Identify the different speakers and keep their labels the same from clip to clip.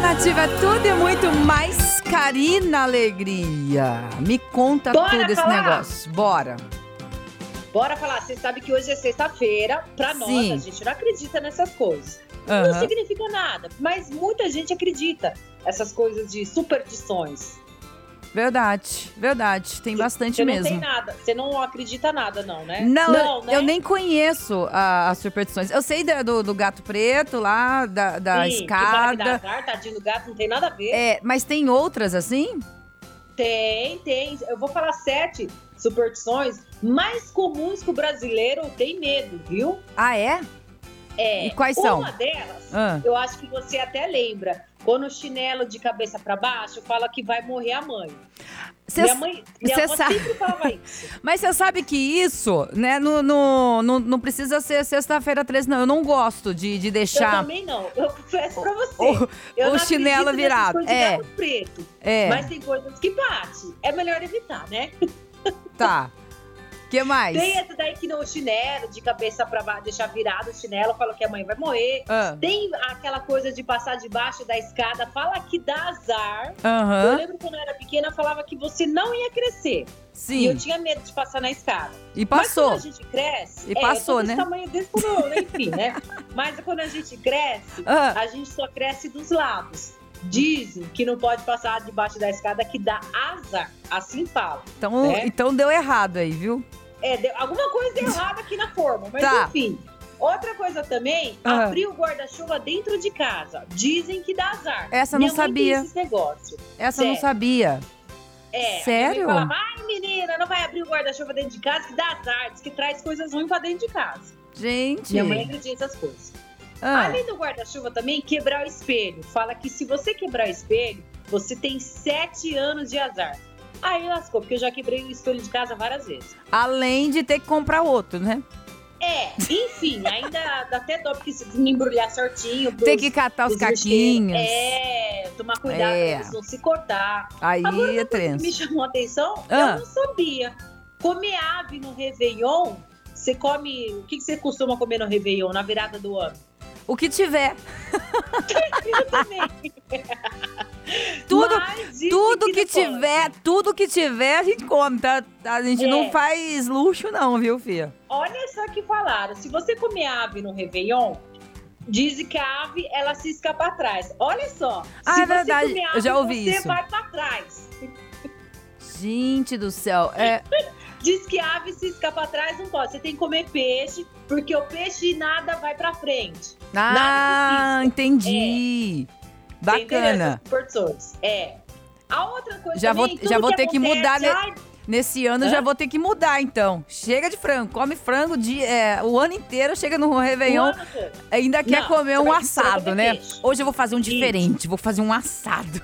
Speaker 1: Nativa, é tudo e muito mais. Karina Alegria, me conta
Speaker 2: Bora
Speaker 1: tudo esse
Speaker 2: falar?
Speaker 1: negócio. Bora.
Speaker 2: Bora falar, você sabe que hoje é sexta-feira, pra nós,
Speaker 1: Sim.
Speaker 2: a gente não acredita nessas coisas. Não
Speaker 1: Aham.
Speaker 2: significa nada, mas muita gente acredita essas coisas de superstições.
Speaker 1: Verdade, verdade. Tem bastante
Speaker 2: Você não
Speaker 1: mesmo.
Speaker 2: tem nada, você não acredita nada não, né?
Speaker 1: Não, eu-
Speaker 2: né?
Speaker 1: eu nem conheço a- as superstições. Eu sei da- do, do gato preto lá, da, da
Speaker 2: Sim, que fala que dá
Speaker 1: escada.
Speaker 2: azar, tadinho do gato, não tem nada a ver.
Speaker 1: É, mas tem outras assim?
Speaker 2: Tem, tem. Eu vou falar sete superstições mais comuns que o brasileiro tem medo, viu?
Speaker 1: Ah, é?
Speaker 2: É,
Speaker 1: E quais
Speaker 2: uma
Speaker 1: são?
Speaker 2: delas,
Speaker 1: Ah,
Speaker 2: eu acho que você até lembra. Quando o chinelo de cabeça pra baixo fala que vai morrer a mãe.
Speaker 1: cê
Speaker 2: minha
Speaker 1: s-
Speaker 2: mãe, minha
Speaker 1: cê
Speaker 2: avó
Speaker 1: sabe-
Speaker 2: sempre falava isso.
Speaker 1: Mas você sabe que isso, né, no, no- no- não precisa ser sexta-feira 13, não. Eu não gosto de, de
Speaker 2: Eu
Speaker 1: deixar.
Speaker 2: também não. Eu confesso pra você.
Speaker 1: Ou-
Speaker 2: eu
Speaker 1: o
Speaker 2: não
Speaker 1: chinelo
Speaker 2: acredito nessas
Speaker 1: virado,
Speaker 2: coisas de
Speaker 1: é.
Speaker 2: gato preto.
Speaker 1: é,
Speaker 2: Mas tem coisas que bate. É melhor evitar, né?
Speaker 1: tá. que mais?
Speaker 2: Tem essa daí que não o chinelo de cabeça pra baixo, deixar virado o chinelo, fala que a mãe vai morrer.
Speaker 1: Ah,
Speaker 2: Tem aquela coisa de passar debaixo da escada, fala que dá azar. Eu
Speaker 1: Aham,
Speaker 2: lembro quando eu era pequena, falava que você não ia crescer. E eu
Speaker 1: sim.
Speaker 2: tinha medo de passar na escada.
Speaker 1: E
Speaker 2: Mas
Speaker 1: passou.
Speaker 2: quando a gente cresce.
Speaker 1: E
Speaker 2: é,
Speaker 1: passou,
Speaker 2: eu tô
Speaker 1: né?
Speaker 2: desse tamanho desse tamanho, né? enfim, né? Mas quando a gente cresce,
Speaker 1: Ah,
Speaker 2: a gente só cresce dos lados. Dizem que não pode passar debaixo da escada, que dá azar. Assim fala.
Speaker 1: então,
Speaker 2: né?
Speaker 1: então deu errado aí, viu?
Speaker 2: É, deu alguma coisa errada aqui na forma, mas
Speaker 1: Tá.
Speaker 2: enfim. Outra coisa também,
Speaker 1: Ah.
Speaker 2: abrir o guarda-chuva dentro de casa. Dizem que dá azar.
Speaker 1: Essa eu
Speaker 2: Minha
Speaker 1: não
Speaker 2: mãe tem
Speaker 1: sabia.
Speaker 2: Esse negócio.
Speaker 1: Essa eu não
Speaker 2: Sério.
Speaker 1: sabia.
Speaker 2: É,
Speaker 1: Sério?
Speaker 2: A minha mãe falava, ai menina, não vai abrir o guarda-chuva dentro de casa que dá azar, diz que traz coisas ruins pra dentro de casa.
Speaker 1: Gente.
Speaker 2: Minha mãe acredita essas coisas.
Speaker 1: Ah,
Speaker 2: Além do guarda-chuva também, quebrar o espelho. Fala que se você quebrar o espelho, você tem sete anos de azar. Aí lascou, porque eu já quebrei o espelho de casa várias vezes.
Speaker 1: além de ter que comprar outro, né?
Speaker 2: É, enfim, ainda dá até dó, porque se me embrulhar certinho. pros-
Speaker 1: Ter que catar os
Speaker 2: pros lixeiros.
Speaker 1: caquinhos.
Speaker 2: É, tomar cuidado
Speaker 1: É.
Speaker 2: pra eles não se cortar.
Speaker 1: Aí
Speaker 2: Agora,
Speaker 1: é
Speaker 2: O que me
Speaker 1: trens.
Speaker 2: chamou a atenção,
Speaker 1: Ah.
Speaker 2: eu não sabia. Comer ave no Réveillon, você come. O que que você costuma comer no Réveillon, na virada do ano?
Speaker 1: O que tiver.
Speaker 2: Eu também.
Speaker 1: Tudo-
Speaker 2: Mas dizem
Speaker 1: Tudo que
Speaker 2: não pode.
Speaker 1: tiver, tudo que tiver, a gente come, tá? A gente
Speaker 2: É.
Speaker 1: não faz luxo, não, viu, Fia?
Speaker 2: Olha só que falaram. Se você comer ave no Réveillon, dizem que a ave ela se escapa pra trás. Olha só.
Speaker 1: Ah,
Speaker 2: se
Speaker 1: é verdade.
Speaker 2: Você comer
Speaker 1: Eu
Speaker 2: ave,
Speaker 1: já ouvi
Speaker 2: você
Speaker 1: isso.
Speaker 2: vai pra trás.
Speaker 1: Gente do céu. É,
Speaker 2: Diz que ave se escapa pra trás não pode. Você tem que comer peixe, porque o peixe nada vai pra frente.
Speaker 1: ah,
Speaker 2: Nada
Speaker 1: entendi.
Speaker 2: Você entendeu
Speaker 1: Bacana.
Speaker 2: essas proporções? É. A outra coisa
Speaker 1: Já vou-
Speaker 2: também, tudo
Speaker 1: já vou ter que
Speaker 2: acontece-
Speaker 1: mudar, né?
Speaker 2: Ai,
Speaker 1: Nesse ano
Speaker 2: Hã?
Speaker 1: já vou ter que mudar, então. Chega de frango, come frango de, é, o ano inteiro, chega no
Speaker 2: o
Speaker 1: Réveillon,
Speaker 2: ano todo.
Speaker 1: ainda quer
Speaker 2: Não,
Speaker 1: comer
Speaker 2: você
Speaker 1: um
Speaker 2: vai- você vai
Speaker 1: assado,
Speaker 2: comer
Speaker 1: né?
Speaker 2: peixe.
Speaker 1: Hoje eu vou fazer um
Speaker 2: Isso.
Speaker 1: diferente, vou fazer um assado.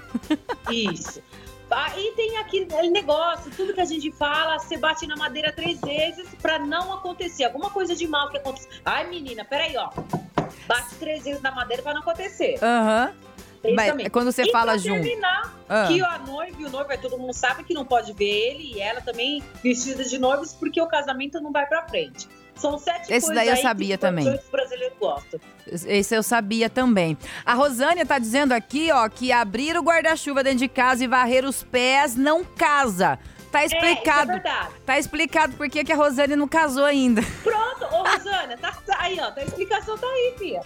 Speaker 2: Isso. Aí tem aquele negócio, tudo que a gente fala, você bate na madeira três vezes pra não acontecer. Alguma coisa de mal que aconteça. Ai, menina, peraí, ó. Bate três vezes na madeira pra não acontecer.
Speaker 1: Aham.
Speaker 2: Tem
Speaker 1: Mas
Speaker 2: também.
Speaker 1: quando você
Speaker 2: e
Speaker 1: fala
Speaker 2: pra
Speaker 1: junto.
Speaker 2: terminar,
Speaker 1: Ah,
Speaker 2: que a noiva e o noivo, aí todo mundo sabe que não pode ver ele e ela também vestida de noivos, porque o casamento não vai pra frente. São sete
Speaker 1: Esse
Speaker 2: coisas
Speaker 1: daí eu
Speaker 2: aí
Speaker 1: sabia
Speaker 2: que
Speaker 1: também.
Speaker 2: os brasileiros gostam. É,
Speaker 1: Esse eu sabia também. A Rosânia tá dizendo aqui, ó, que abrir o guarda-chuva dentro de casa e varrer os pés não casa. Tá
Speaker 2: É, isso é
Speaker 1: explicado.
Speaker 2: verdade.
Speaker 1: tá explicado por que que a Rosânia não casou ainda.
Speaker 2: Pronto, ô Rosana, tá, tá aí, ó. Tá, a explicação tá aí, Fia.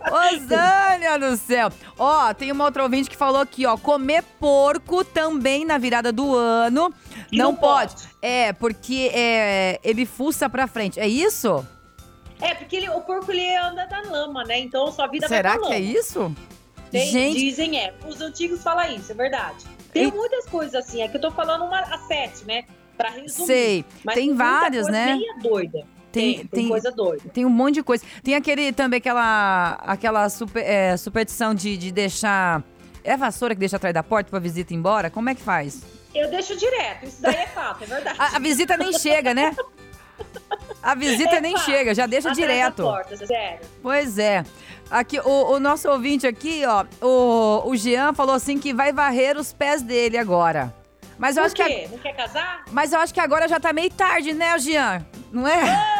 Speaker 1: Rosânia do céu! Ó, tem uma outra ouvinte que falou aqui, ó, comer porco também na virada do ano.
Speaker 2: Que
Speaker 1: não pode. É, porque é, ele fuça pra frente. É isso?
Speaker 2: É, porque ele- o porco ele anda na lama, né? Então sua vida
Speaker 1: Será
Speaker 2: vai pra
Speaker 1: que é
Speaker 2: lama.
Speaker 1: isso?
Speaker 2: Tem-
Speaker 1: Gente,
Speaker 2: Dizem é. Os antigos falam isso, é verdade. Tem
Speaker 1: E-
Speaker 2: muitas coisas assim. É que eu tô falando uma a sete, né? Pra resumir.
Speaker 1: sei.
Speaker 2: Mas
Speaker 1: tem
Speaker 2: muita
Speaker 1: várias,
Speaker 2: coisa
Speaker 1: né?
Speaker 2: Meia doida.
Speaker 1: Tem, tem,
Speaker 2: coisa doida.
Speaker 1: Tem um monte de coisa. Tem aquele também, aquela, aquela super, é, superstição de, de deixar. É a vassoura que deixa atrás da porta pra visita ir embora? Como é que faz?
Speaker 2: Eu deixo direto. Isso daí é fato, é verdade.
Speaker 1: A, a visita nem chega, né? A visita nem
Speaker 2: Epa,
Speaker 1: chega, já deixa
Speaker 2: Atrás
Speaker 1: direto.
Speaker 2: Da porta, sério.
Speaker 1: Pois é. Aqui, o, o nosso ouvinte aqui, ó, o, o Jean falou assim que vai varrer os pés dele agora. Mas eu,
Speaker 2: Por
Speaker 1: acho que,
Speaker 2: quê? Não quer casar?
Speaker 1: a- mas eu acho que agora já tá meio tarde, né, Jean? Não é?